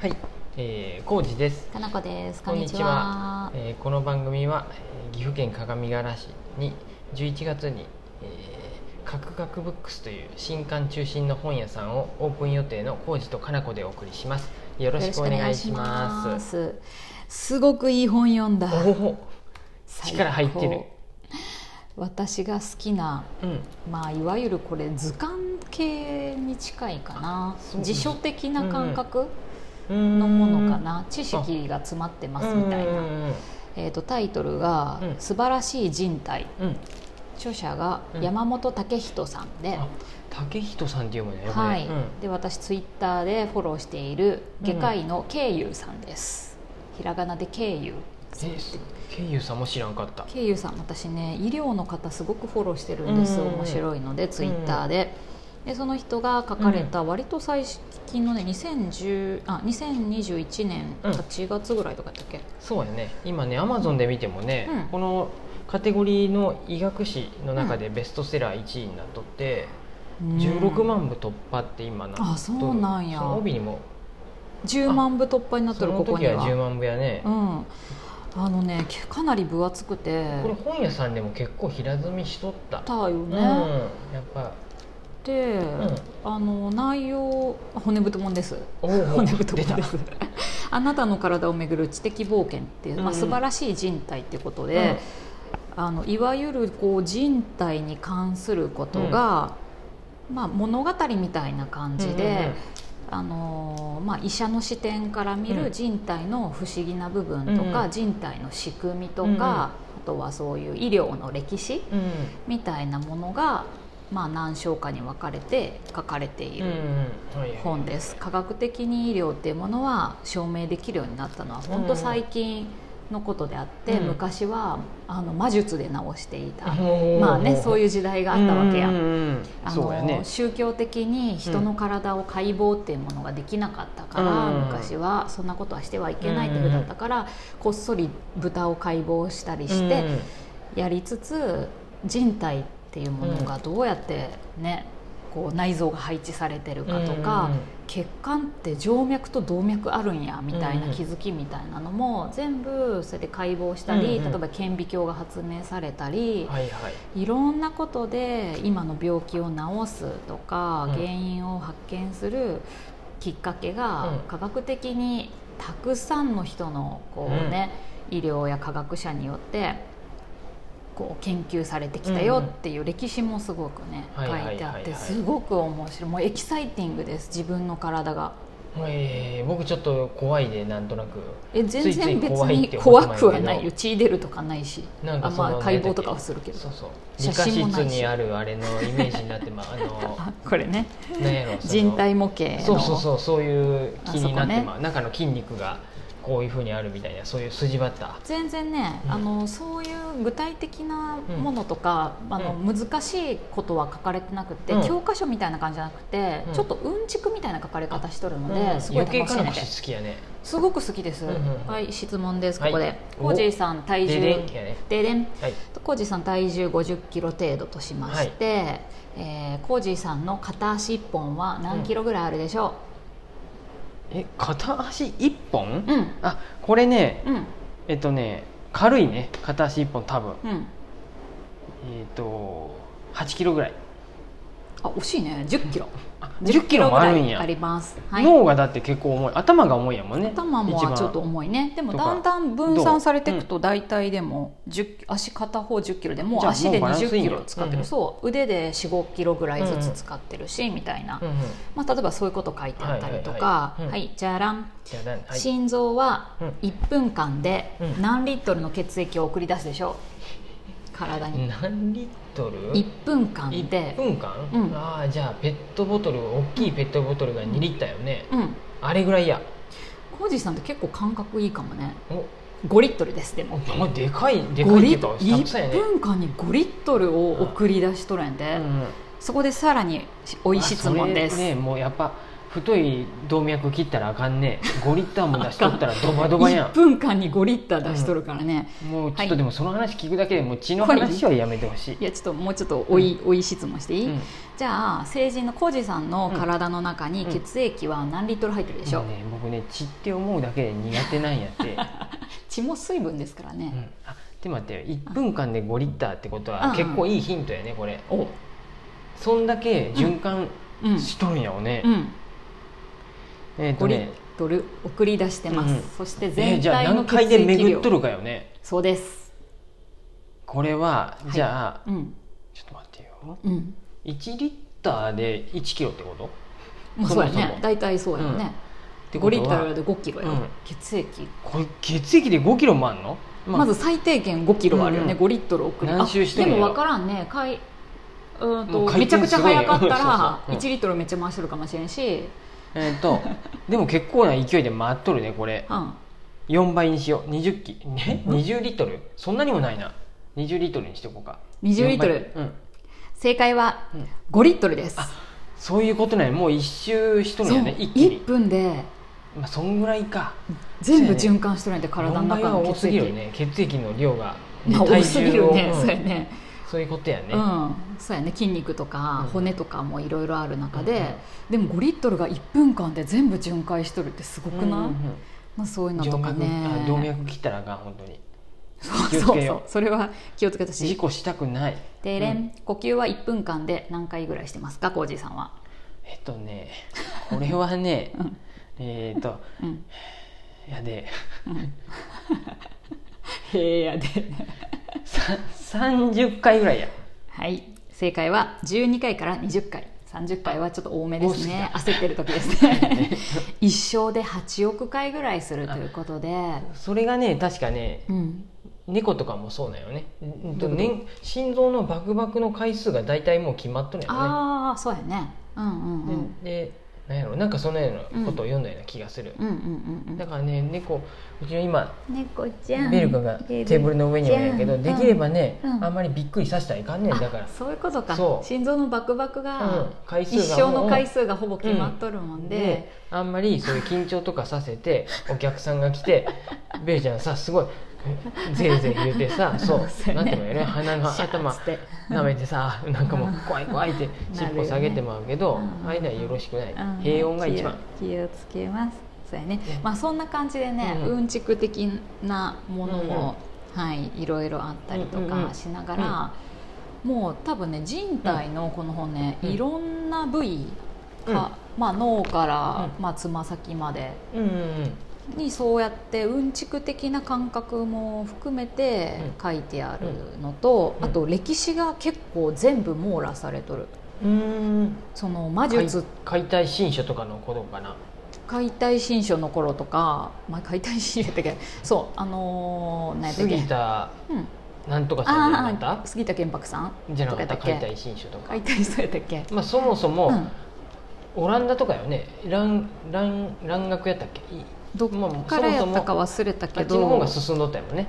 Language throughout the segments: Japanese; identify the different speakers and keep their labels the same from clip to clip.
Speaker 1: はい、えー、康二です。
Speaker 2: かなこです。こんにちは。
Speaker 1: こんにちはえーこの番組はえー岐阜県各務原市に11月に、えー、カクカクブックスという新刊中心の本屋さんをオープン予定の康二とかなこでお送りします。よろしくお願いします。
Speaker 2: す。すごくいい本読んだ。
Speaker 1: おお、
Speaker 2: 最高
Speaker 1: 力入ってる。
Speaker 2: 私が好きな、
Speaker 1: うん、
Speaker 2: まあいわゆるこれ図鑑系に近いかな
Speaker 1: そう。
Speaker 2: 辞書的な感覚
Speaker 1: うーん
Speaker 2: のものかな。知識が詰まってますみたい
Speaker 1: うん
Speaker 2: な。えっ、とタイトルが、
Speaker 1: うん
Speaker 2: 素晴らしい人体。
Speaker 1: うんうん。
Speaker 2: 著者が
Speaker 1: うん
Speaker 2: 山本武人さんで。
Speaker 1: あ、竹人さんって読むね。やば
Speaker 2: はいい、
Speaker 1: うん
Speaker 2: で私ツイッターでフォローしている外科医の慶友さんです、ひらがなで慶友さん
Speaker 1: え、けゆさんも知らんかった。
Speaker 2: 慶友さん私ね医療の方すごくフォローしてるんです、
Speaker 1: うん
Speaker 2: 面白いのでツイッターで、でその人が書かれた割と最近のね2010あ2021年
Speaker 1: うん
Speaker 2: 8月ぐらいとかだったっけ、
Speaker 1: そうやね今ねアマゾンで見てもね、
Speaker 2: うん
Speaker 1: このカテゴリーの医学誌の中でベストセラー1位になっとって、
Speaker 2: うん
Speaker 1: 16万部突破って今なっとる
Speaker 2: あそうなんや
Speaker 1: その帯にも
Speaker 2: 10万部突破になっ
Speaker 1: そ
Speaker 2: とる
Speaker 1: の
Speaker 2: ここ
Speaker 1: 時
Speaker 2: に
Speaker 1: は
Speaker 2: は
Speaker 1: 10万部やね、
Speaker 2: うんあのねかなり分厚くて
Speaker 1: これ本屋さんでも結構平積みしとった、
Speaker 2: たよ
Speaker 1: う
Speaker 2: ね、
Speaker 1: ん、やっぱ
Speaker 2: で、
Speaker 1: ん
Speaker 2: あの内容骨太もんです
Speaker 1: おお
Speaker 2: 骨太
Speaker 1: 出
Speaker 2: もん
Speaker 1: た
Speaker 2: です あなたの体をめぐる知的冒険っていう、ま
Speaker 1: う
Speaker 2: あ、
Speaker 1: ん
Speaker 2: 素晴らしい人体っていうことで、あのいわゆるこう人体に関することが、まあ、物語みたいな感じで、
Speaker 1: うんうんうん
Speaker 2: あのーまあ、医者の視点から見
Speaker 1: う
Speaker 2: る
Speaker 1: ん
Speaker 2: 人体の不思議な部分とか、
Speaker 1: うん
Speaker 2: 人体の仕組みとか、
Speaker 1: うんうん
Speaker 2: あとはそういう医療の歴史、
Speaker 1: うん
Speaker 2: みたいなものが、まあ、何章かに分かれて書かれてい
Speaker 1: うん
Speaker 2: る
Speaker 1: うんはいはい
Speaker 2: 本です、科学的に医療っていうものは証明できるようになったのは本当最近のことであって、
Speaker 1: うん
Speaker 2: 昔はあの魔術で治していた、
Speaker 1: おー
Speaker 2: まあねそういう時代があったわけや。
Speaker 1: うんうんうん
Speaker 2: あ
Speaker 1: そうやね
Speaker 2: の宗教的に人の体を解剖っていうものができなかったから、
Speaker 1: うん
Speaker 2: 昔はそんなことはしてはいけないっていうふうだったから、こっそり豚を解剖したりして、
Speaker 1: うん
Speaker 2: やりつつ人体っていうものがどうやってね、こう内臓が配置されてるかとか、
Speaker 1: うん
Speaker 2: 血管って静脈と動脈あるんやみたい
Speaker 1: うん
Speaker 2: な気づきみたいなのも全部それで解剖したり、
Speaker 1: うんうん
Speaker 2: 例えば顕微鏡が発明されたり、
Speaker 1: はいはい
Speaker 2: いろんなことで今の病気を治すとか、
Speaker 1: うん
Speaker 2: 原因を発見するきっかけが、
Speaker 1: うん
Speaker 2: 科学的にたくさんの人のこう、ね医療や科学者によってこう研究されてきたよっていう歴史もすごくね、
Speaker 1: はいはいはいはい
Speaker 2: 書いてあってすごく面白いもうエキサイティングです自分の体が。
Speaker 1: えー、僕ちょっと怖いでなんとなく
Speaker 2: え全
Speaker 1: つい
Speaker 2: 然別
Speaker 1: 怖いっ
Speaker 2: に
Speaker 1: て思っ
Speaker 2: 怖
Speaker 1: てましたけど
Speaker 2: くはないよ血出るとかないし
Speaker 1: なんか
Speaker 2: あ
Speaker 1: その
Speaker 2: まあ解剖とかはするけど
Speaker 1: そうそう
Speaker 2: 写
Speaker 1: 理科室
Speaker 2: 真もないし
Speaker 1: にあるあれのイメージになってまあの
Speaker 2: あこれね
Speaker 1: なんやろその
Speaker 2: 人体模型の
Speaker 1: そうそうそうそういう気になって
Speaker 2: あそこね
Speaker 1: まあ、中の筋肉がこういうふうにあるみたいなそういう筋バッタ
Speaker 2: 全然ね、
Speaker 1: うん
Speaker 2: あのそういう具体的なものとか、あの難しいことは書かれてなくて、
Speaker 1: うん
Speaker 2: 教科書みたいな感じじゃなくて、
Speaker 1: うん
Speaker 2: ちょっとうんちくみたいな書かれ方しとるので、
Speaker 1: うん
Speaker 2: すごい
Speaker 1: 余計
Speaker 2: 楽しい
Speaker 1: 辛
Speaker 2: ので
Speaker 1: 口好きやね
Speaker 2: すごく好きです、
Speaker 1: うんうん
Speaker 2: はい質問ですこ
Speaker 1: はい
Speaker 2: こでコージーさん体
Speaker 1: で
Speaker 2: 重
Speaker 1: でんやね
Speaker 2: ででん
Speaker 1: はい
Speaker 2: コージーさん体重5 0キロ程度としまして、えーコージーさんの片足1本は何キロぐらいあるでしょ
Speaker 1: え片足1本、
Speaker 2: ううん
Speaker 1: あこれね
Speaker 2: うん
Speaker 1: えっとね軽いね片足1本多分
Speaker 2: うん
Speaker 1: えっ、と8キロぐらい、
Speaker 2: あ惜しいね1 0キロ
Speaker 1: あ10キロもあるんや
Speaker 2: あります、はい、
Speaker 1: 脳がだって結構重い頭が重いやもんね
Speaker 2: 頭も
Speaker 1: 一番
Speaker 2: ちょっと重いねでも
Speaker 1: とか
Speaker 2: だんだん分散されていくと大体でも10足片方1 0キロでも
Speaker 1: じ
Speaker 2: う
Speaker 1: ゃあ
Speaker 2: 足で
Speaker 1: もうバ
Speaker 2: 2
Speaker 1: ランスいい
Speaker 2: 0
Speaker 1: ん
Speaker 2: キ
Speaker 1: だ
Speaker 2: ロ使って
Speaker 1: うんう
Speaker 2: る
Speaker 1: ん
Speaker 2: そう腕で4 5キロぐらいずつ使ってるしみたいな
Speaker 1: うん、うん、
Speaker 2: まあ、例えばそういうこと書いてあったりと
Speaker 1: は
Speaker 2: か
Speaker 1: いはいはいうん
Speaker 2: はいじゃらん
Speaker 1: じゃあなんはい
Speaker 2: 心臓は
Speaker 1: うん
Speaker 2: 1分間で
Speaker 1: うん
Speaker 2: 何リットルの血液を送り出すでしょう体に
Speaker 1: 何リットル
Speaker 2: 1分間
Speaker 1: 1
Speaker 2: で
Speaker 1: 分間、
Speaker 2: うん
Speaker 1: ああじゃあペットボトル大きいペットボトルが2リッターよね、
Speaker 2: うん
Speaker 1: あれぐらいや
Speaker 2: 浩司さんって結構感覚いいかもね
Speaker 1: お
Speaker 2: 5リットルですでも
Speaker 1: おでかいでか
Speaker 2: 5
Speaker 1: いってい
Speaker 2: リ
Speaker 1: う
Speaker 2: ッ
Speaker 1: か
Speaker 2: トル
Speaker 1: たくさんや
Speaker 2: 1
Speaker 1: ね、
Speaker 2: 分間に5リットルを送り出しとるんやで、
Speaker 1: うん、
Speaker 2: そこでさらにおい質問です、
Speaker 1: あそれねもうやっぱ太い動脈切ったらあかん ね5リッターも出しとったらドバドバや
Speaker 2: 1分間に5リッター出しとるからね、
Speaker 1: んもうちょっ
Speaker 2: は
Speaker 1: と
Speaker 2: い
Speaker 1: でもその話聞くだけでもう血の話はやめてほしい
Speaker 2: いやちょっともうちょっとおい,、おい質問していい、
Speaker 1: うん
Speaker 2: じゃあ成人のコージさんの体の中に血液は何リットル入ってるでしょう、
Speaker 1: もうね僕ね血って思うだけで苦手なんやって、
Speaker 2: 血も水分ですから
Speaker 1: うん
Speaker 2: ね、、
Speaker 1: あでも待って1分間で5リッターってことは
Speaker 2: うん
Speaker 1: 結構いいヒントやねこれ
Speaker 2: お
Speaker 1: そんだけ循環
Speaker 2: うん
Speaker 1: しとるんやろね
Speaker 2: う、ん、
Speaker 1: えっ、
Speaker 2: 5
Speaker 1: と
Speaker 2: リッ
Speaker 1: ね
Speaker 2: トル送り出してます、
Speaker 1: うんうん
Speaker 2: そして
Speaker 1: えー
Speaker 2: 全
Speaker 1: じゃあ
Speaker 2: 体の
Speaker 1: 何
Speaker 2: 血液
Speaker 1: 回
Speaker 2: 量、
Speaker 1: で巡っとるかよね
Speaker 2: そうです
Speaker 1: これは
Speaker 2: はい
Speaker 1: じゃあ、
Speaker 2: うん
Speaker 1: ちょっと待ってよ
Speaker 2: うん
Speaker 1: 1リッターで1キロってこと
Speaker 2: まあそうや
Speaker 1: そもそ
Speaker 2: ね
Speaker 1: も
Speaker 2: 大体そうやね、
Speaker 1: って
Speaker 2: 5
Speaker 1: こ
Speaker 2: リ
Speaker 1: と
Speaker 2: ッ
Speaker 1: は
Speaker 2: トルで5キロよ、
Speaker 1: うん
Speaker 2: 血液
Speaker 1: これ血液で5キロもあんの、
Speaker 2: ま
Speaker 1: まあ
Speaker 2: ず最低限5キロあるよね、
Speaker 1: うん
Speaker 2: 5リットル送り
Speaker 1: 何周して
Speaker 2: あ
Speaker 1: ん
Speaker 2: で
Speaker 1: の
Speaker 2: も分からんねかいうん
Speaker 1: もう
Speaker 2: と
Speaker 1: 回
Speaker 2: めちゃ
Speaker 1: 転
Speaker 2: くちゃ
Speaker 1: すごいよ
Speaker 2: 早かったら
Speaker 1: そうそううん
Speaker 2: 1リットルめっちゃ回してるかもしれんし、
Speaker 1: えっ、 とでも結構な勢いで回っとるねこれ
Speaker 2: うん、
Speaker 1: 4倍にしよう20機ね
Speaker 2: うん
Speaker 1: 20リットルそんなにもないな20リットルにしておこうか
Speaker 2: 20リットル
Speaker 1: 4倍うん
Speaker 2: 正解は
Speaker 1: うん
Speaker 2: 5リットルです、
Speaker 1: あそういうことねもう一周しとる
Speaker 2: そ
Speaker 1: ん
Speaker 2: う
Speaker 1: やね一気に
Speaker 2: 1分で
Speaker 1: まあそんぐらいか
Speaker 2: 全部循環してるんで体の
Speaker 1: 4倍は
Speaker 2: 中の
Speaker 1: 多
Speaker 2: 血
Speaker 1: すぎ
Speaker 2: 液、
Speaker 1: るね血液の量が、
Speaker 2: まあ、多すぎるね、
Speaker 1: うん
Speaker 2: そうやね
Speaker 1: そういうことやね、
Speaker 2: うん、そうやね筋肉とか
Speaker 1: うん
Speaker 2: 骨とかもいろいろある中
Speaker 1: うん
Speaker 2: で、でも5リットルが1分間で全部巡回しとるってすごくない、
Speaker 1: うん
Speaker 2: まあ、そういうの
Speaker 1: 静
Speaker 2: とか
Speaker 1: 脈
Speaker 2: ね
Speaker 1: あ動脈切ったらあかん本当に
Speaker 2: そう
Speaker 1: 気をつ
Speaker 2: そ
Speaker 1: け
Speaker 2: う
Speaker 1: よ
Speaker 2: そううそれは気をつけた
Speaker 1: 事
Speaker 2: し
Speaker 1: 故したくない
Speaker 2: でれん、
Speaker 1: うん
Speaker 2: 呼吸は1分間で何回ぐらいしてますかコージーさんは、
Speaker 1: えっとねこれはね
Speaker 2: うん
Speaker 1: えっと
Speaker 2: うん
Speaker 1: いやで
Speaker 2: うん、平野で
Speaker 1: さ30回ぐらいや
Speaker 2: はい正解は12回から20回30回はちょっと多めですね
Speaker 1: 多
Speaker 2: 焦ってる時ですね 一生で8億回ぐらいするということで、
Speaker 1: それがね確かね
Speaker 2: うん、
Speaker 1: 猫とかもそうなんよね、うん
Speaker 2: ど
Speaker 1: と
Speaker 2: ういうこ
Speaker 1: 年心臓のバクバクの回数が大体もう決まっとるんやろね
Speaker 2: ああそうやねうんうんうん
Speaker 1: ででなんやろなんかそんなようなことを読んだような気がする、
Speaker 2: うんうんうんう
Speaker 1: だ
Speaker 2: ん
Speaker 1: からね猫うちの今
Speaker 2: 猫ちゃん
Speaker 1: ベル君がテーブルの上におるんやけどできればね、
Speaker 2: うん
Speaker 1: あんまりびっくりさせたらいかんねんだから
Speaker 2: あそういうことか
Speaker 1: そう
Speaker 2: 心臓のバクバク
Speaker 1: う
Speaker 2: が
Speaker 1: ん回数
Speaker 2: 一
Speaker 1: が
Speaker 2: 生
Speaker 1: も
Speaker 2: の
Speaker 1: う
Speaker 2: 回数がほぼ決まっとるもん
Speaker 1: で
Speaker 2: で、
Speaker 1: あんまりそういう緊張とかさせてお客さんが来 て「ベルちゃんさすごいぜいぜい言うて さそう
Speaker 2: そうやね
Speaker 1: なんていうのよね鼻 の
Speaker 2: シャー
Speaker 1: 頭
Speaker 2: ッつって
Speaker 1: 舐めてさなんかもう怖い怖いって尻尾下げてまうけど、
Speaker 2: なるよね
Speaker 1: ああ
Speaker 2: うん
Speaker 1: いうのはよろしくない
Speaker 2: うん
Speaker 1: 平穏が一番
Speaker 2: 気を気をつけますそうやね
Speaker 1: う、ん
Speaker 2: まあ、そんな感じでね、う
Speaker 1: うん
Speaker 2: んちく的なものも、はい、いろいろあったりと
Speaker 1: うんうんう
Speaker 2: か
Speaker 1: ん
Speaker 2: しながら、もう多分ね人体のこの骨、
Speaker 1: うん
Speaker 2: いろんな部位
Speaker 1: うん
Speaker 2: か、まあ、脳から、
Speaker 1: う
Speaker 2: まあ、つま先まで
Speaker 1: うんうんうん
Speaker 2: にそうやってうんちく的な感覚も含めて
Speaker 1: うん
Speaker 2: 書いてあるのと、
Speaker 1: うん
Speaker 2: あと歴史が結構全部網羅されとる
Speaker 1: うーん
Speaker 2: その魔術
Speaker 1: 解体新書とかのことかな
Speaker 2: 解体新書の頃とか、まあ、解体新書やったっけそうあのー、何やったっけ
Speaker 1: 杉田
Speaker 2: うん、
Speaker 1: なんとかさんじゃなか
Speaker 2: あ
Speaker 1: っ
Speaker 2: あ杉田玄白さん
Speaker 1: たじゃなかった
Speaker 2: とかや
Speaker 1: 解
Speaker 2: った
Speaker 1: 体
Speaker 2: っ
Speaker 1: 新書とか、
Speaker 2: 解体そうやったっけ
Speaker 1: まあ、そもそも、
Speaker 2: うん
Speaker 1: オランダとかよね蘭蘭蘭学やったっけい
Speaker 2: ど
Speaker 1: まあ
Speaker 2: っからやったか忘れた
Speaker 1: あ
Speaker 2: け
Speaker 1: っちの方
Speaker 2: ど
Speaker 1: が進んどったよね、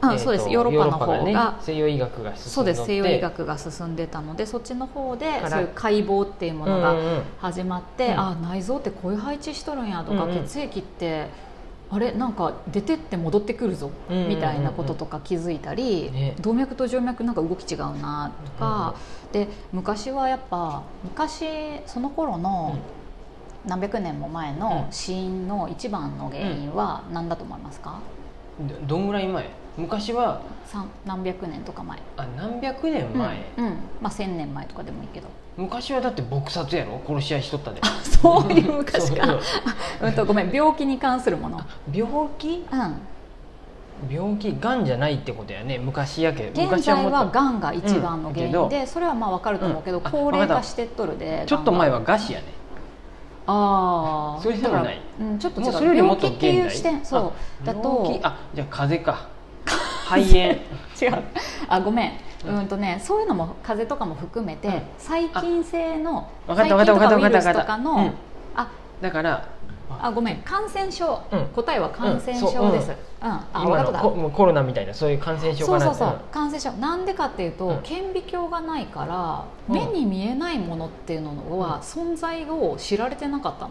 Speaker 2: あ
Speaker 1: えーと
Speaker 2: そうですヨーロッパの方
Speaker 1: ヨーロッパ
Speaker 2: が
Speaker 1: ね、西洋医学が進んどって
Speaker 2: そうです西洋医学が進んでたのでそっちの方で
Speaker 1: から
Speaker 2: そういう解剖っていうもの
Speaker 1: うんう
Speaker 2: が
Speaker 1: んうん
Speaker 2: 始まって、
Speaker 1: うん
Speaker 2: あ内臓ってこういう配置しとるんやとか、
Speaker 1: うんうん
Speaker 2: 血液ってあれなんか出てって戻ってくるぞ、
Speaker 1: うんうんうんうん
Speaker 2: みたいなこととか気づいたり、
Speaker 1: ね
Speaker 2: 動脈と静脈なんか動き違うなとか、で昔はやっぱ昔その頃の、何百年も前の
Speaker 1: うん
Speaker 2: 死因の一番の原因は何だと思いますか、
Speaker 1: どどんぐらい前昔は
Speaker 2: 三何百年とか前
Speaker 1: あ何百年前、
Speaker 2: うんうんまあ、千年前とかでもいいけど
Speaker 1: 昔はだって撲殺やろ殺し合いしとったで
Speaker 2: そういう昔 か
Speaker 1: そう
Speaker 2: うんとごめん病気に関するもの、
Speaker 1: 病気
Speaker 2: うん、
Speaker 1: 病気がんじゃないってことやね昔やけ
Speaker 2: 現
Speaker 1: 昔は
Speaker 2: 在
Speaker 1: もっ
Speaker 2: は
Speaker 1: と
Speaker 2: がんが一番の原
Speaker 1: う
Speaker 2: 因
Speaker 1: んけ
Speaker 2: でそれはまあわかると思うけど
Speaker 1: うんあ
Speaker 2: 高齢
Speaker 1: わか
Speaker 2: 化
Speaker 1: った
Speaker 2: してっとるで
Speaker 1: ちょっと前
Speaker 2: がんが
Speaker 1: は餓死やね
Speaker 2: ああ
Speaker 1: それでもない
Speaker 2: うんちょっと違
Speaker 1: もう
Speaker 2: う
Speaker 1: それよりも
Speaker 2: 病
Speaker 1: っと
Speaker 2: 気っ
Speaker 1: 現
Speaker 2: ていう
Speaker 1: 代
Speaker 2: 視点そう
Speaker 1: あ
Speaker 2: だ
Speaker 1: 病
Speaker 2: と
Speaker 1: 気あじゃあ風邪 か肺炎
Speaker 2: 違うあごめん
Speaker 1: うん
Speaker 2: うんとねそういうのも風邪とかも含めて
Speaker 1: うん
Speaker 2: 細菌性の
Speaker 1: 分か
Speaker 2: 細
Speaker 1: った分かった
Speaker 2: 菌とか
Speaker 1: 分
Speaker 2: ウ
Speaker 1: か
Speaker 2: イ
Speaker 1: った分
Speaker 2: ル
Speaker 1: か
Speaker 2: ス
Speaker 1: っ
Speaker 2: と
Speaker 1: た
Speaker 2: か
Speaker 1: う
Speaker 2: の
Speaker 1: ん
Speaker 2: あ
Speaker 1: だから
Speaker 2: あごめん感染症
Speaker 1: うん
Speaker 2: 答えは感染
Speaker 1: うんそう
Speaker 2: 症
Speaker 1: うん
Speaker 2: ですうんあ分か
Speaker 1: 今
Speaker 2: っ
Speaker 1: の
Speaker 2: た
Speaker 1: コもうコロナみたいなそういう感染症
Speaker 2: そ
Speaker 1: か
Speaker 2: う
Speaker 1: な
Speaker 2: そうそう感染症なんでかっていうと、
Speaker 1: うん
Speaker 2: 顕微鏡がないから
Speaker 1: うん
Speaker 2: 目に見えないものっていうのは存在を知られてなかったの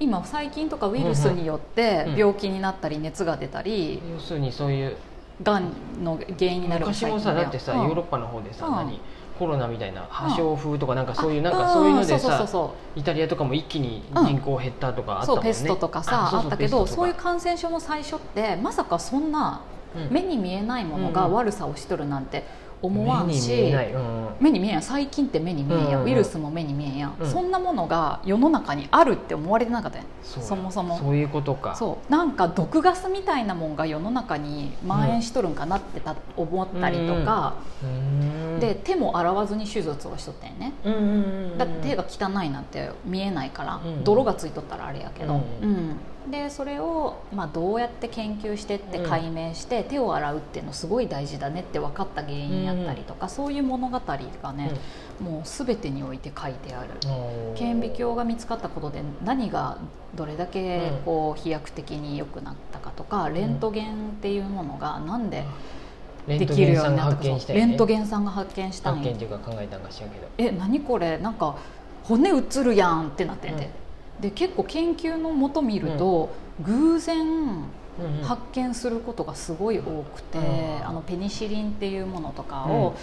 Speaker 2: 今細菌とかウイルスによって
Speaker 1: うん
Speaker 2: 病気になったり熱が出たり
Speaker 1: うん要するにそういう
Speaker 2: がんの原因になる
Speaker 1: 昔も
Speaker 2: 細
Speaker 1: さ
Speaker 2: 菌だ
Speaker 1: だ
Speaker 2: よ
Speaker 1: ってさ、
Speaker 2: うん
Speaker 1: ヨーロッパの方でさ、
Speaker 2: うん
Speaker 1: 何コロナみたいな破傷風とかなんかそういうなんかそういうので
Speaker 2: そうそ
Speaker 1: さ
Speaker 2: うそ
Speaker 1: イタリアとかも一気に人口減ったとかあ
Speaker 2: う
Speaker 1: った
Speaker 2: そ
Speaker 1: も
Speaker 2: うん
Speaker 1: ね
Speaker 2: ペストとかさあったけどそういう感染症の最初ってまさかそんな目
Speaker 1: に
Speaker 2: に見えないものが悪さをしとるなんて思わん
Speaker 1: 目に
Speaker 2: し、
Speaker 1: 見えないうんうん
Speaker 2: 目に見えんやん細菌って目に見えんやん、
Speaker 1: うんうん
Speaker 2: ウイルスも目に見えんやん、
Speaker 1: うん
Speaker 2: そんなものが世の中にあるって思われてなかったやん
Speaker 1: そう
Speaker 2: そもそも
Speaker 1: そういうことか
Speaker 2: そうなんか毒ガスみたいなもんが世の中に蔓延しとるんかなってた思ったりとか、
Speaker 1: うーん
Speaker 2: で手も洗わずに手術をしとったんやね
Speaker 1: うんうんうんうん
Speaker 2: だって手が汚いなんて見えないから、
Speaker 1: うん
Speaker 2: 泥がついとったらあれやけど、
Speaker 1: う
Speaker 2: うんでそれを、まあ、どうやって研究してって
Speaker 1: うん
Speaker 2: 解明して、手を洗うっていうのすごい大事だねって分かった原因やったりとか、そういう物語がね、もう全てにおいて書いてある。
Speaker 1: うん
Speaker 2: 顕微鏡が見つかったことで何がどれだけ
Speaker 1: うん
Speaker 2: こう飛躍的に良くなったかとかレントゲンっていうものがなんで
Speaker 1: レ
Speaker 2: で
Speaker 1: ント
Speaker 2: き
Speaker 1: ゲ
Speaker 2: る
Speaker 1: ン
Speaker 2: よう
Speaker 1: さ
Speaker 2: に
Speaker 1: んが
Speaker 2: なっ
Speaker 1: 発
Speaker 2: たか
Speaker 1: 見し
Speaker 2: そう
Speaker 1: たよね
Speaker 2: レントゲンさんが発見したん
Speaker 1: 発
Speaker 2: や
Speaker 1: 見っていうか考えたんかしらんけど
Speaker 2: え何これなんか骨映るやんってなってて、で結構研究のもと見ると、偶然
Speaker 1: うんうん
Speaker 2: 発見することがすごい多くて、
Speaker 1: うん
Speaker 2: あのペニシリンっていうものとかを、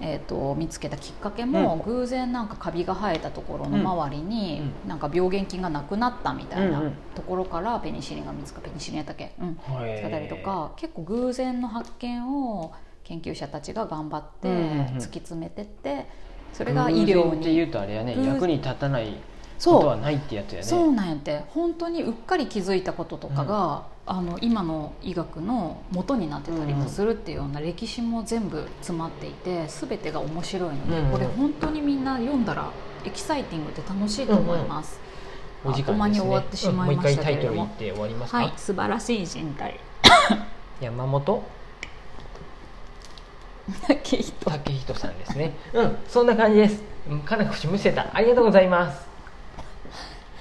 Speaker 2: えー、と見つけたきっかけも、偶然なんかカビが生えたところの周りに、なんか病原菌がなくなったみたいな
Speaker 1: うんうん
Speaker 2: ところからペニシリンが見つかペニシリンやったっけ、うん、
Speaker 1: へー
Speaker 2: 使ったりとか結構偶然の発見を研究者たちが頑張って
Speaker 1: うんうんうん
Speaker 2: 突き詰めてってそれが医療
Speaker 1: 偶然って言
Speaker 2: に
Speaker 1: うとあれやね
Speaker 2: 偶然
Speaker 1: 役に立たないこと
Speaker 2: そ
Speaker 1: は
Speaker 2: う
Speaker 1: ないってやつやね
Speaker 2: そうなんやって本当にうっかり気づいたこととかが、あの今の医学の元になってたりもするっていうような歴史も全部詰まっていて全てが面白いので、
Speaker 1: うんうん
Speaker 2: これ本当にみんな読んだらエキサイティングで楽しいと思います。
Speaker 1: お時間
Speaker 2: あっとい
Speaker 1: です
Speaker 2: う間に終
Speaker 1: ね
Speaker 2: わってしまいま
Speaker 1: うんもう
Speaker 2: し
Speaker 1: 一回
Speaker 2: たけ
Speaker 1: タ
Speaker 2: れ
Speaker 1: イト
Speaker 2: ど
Speaker 1: ル
Speaker 2: も
Speaker 1: 言って終わりますか、
Speaker 2: はい、素晴らしい人体
Speaker 1: 山本
Speaker 2: だけ人
Speaker 1: 武人さんですねうんそんな感じですうんかなこしむせたありがとうございます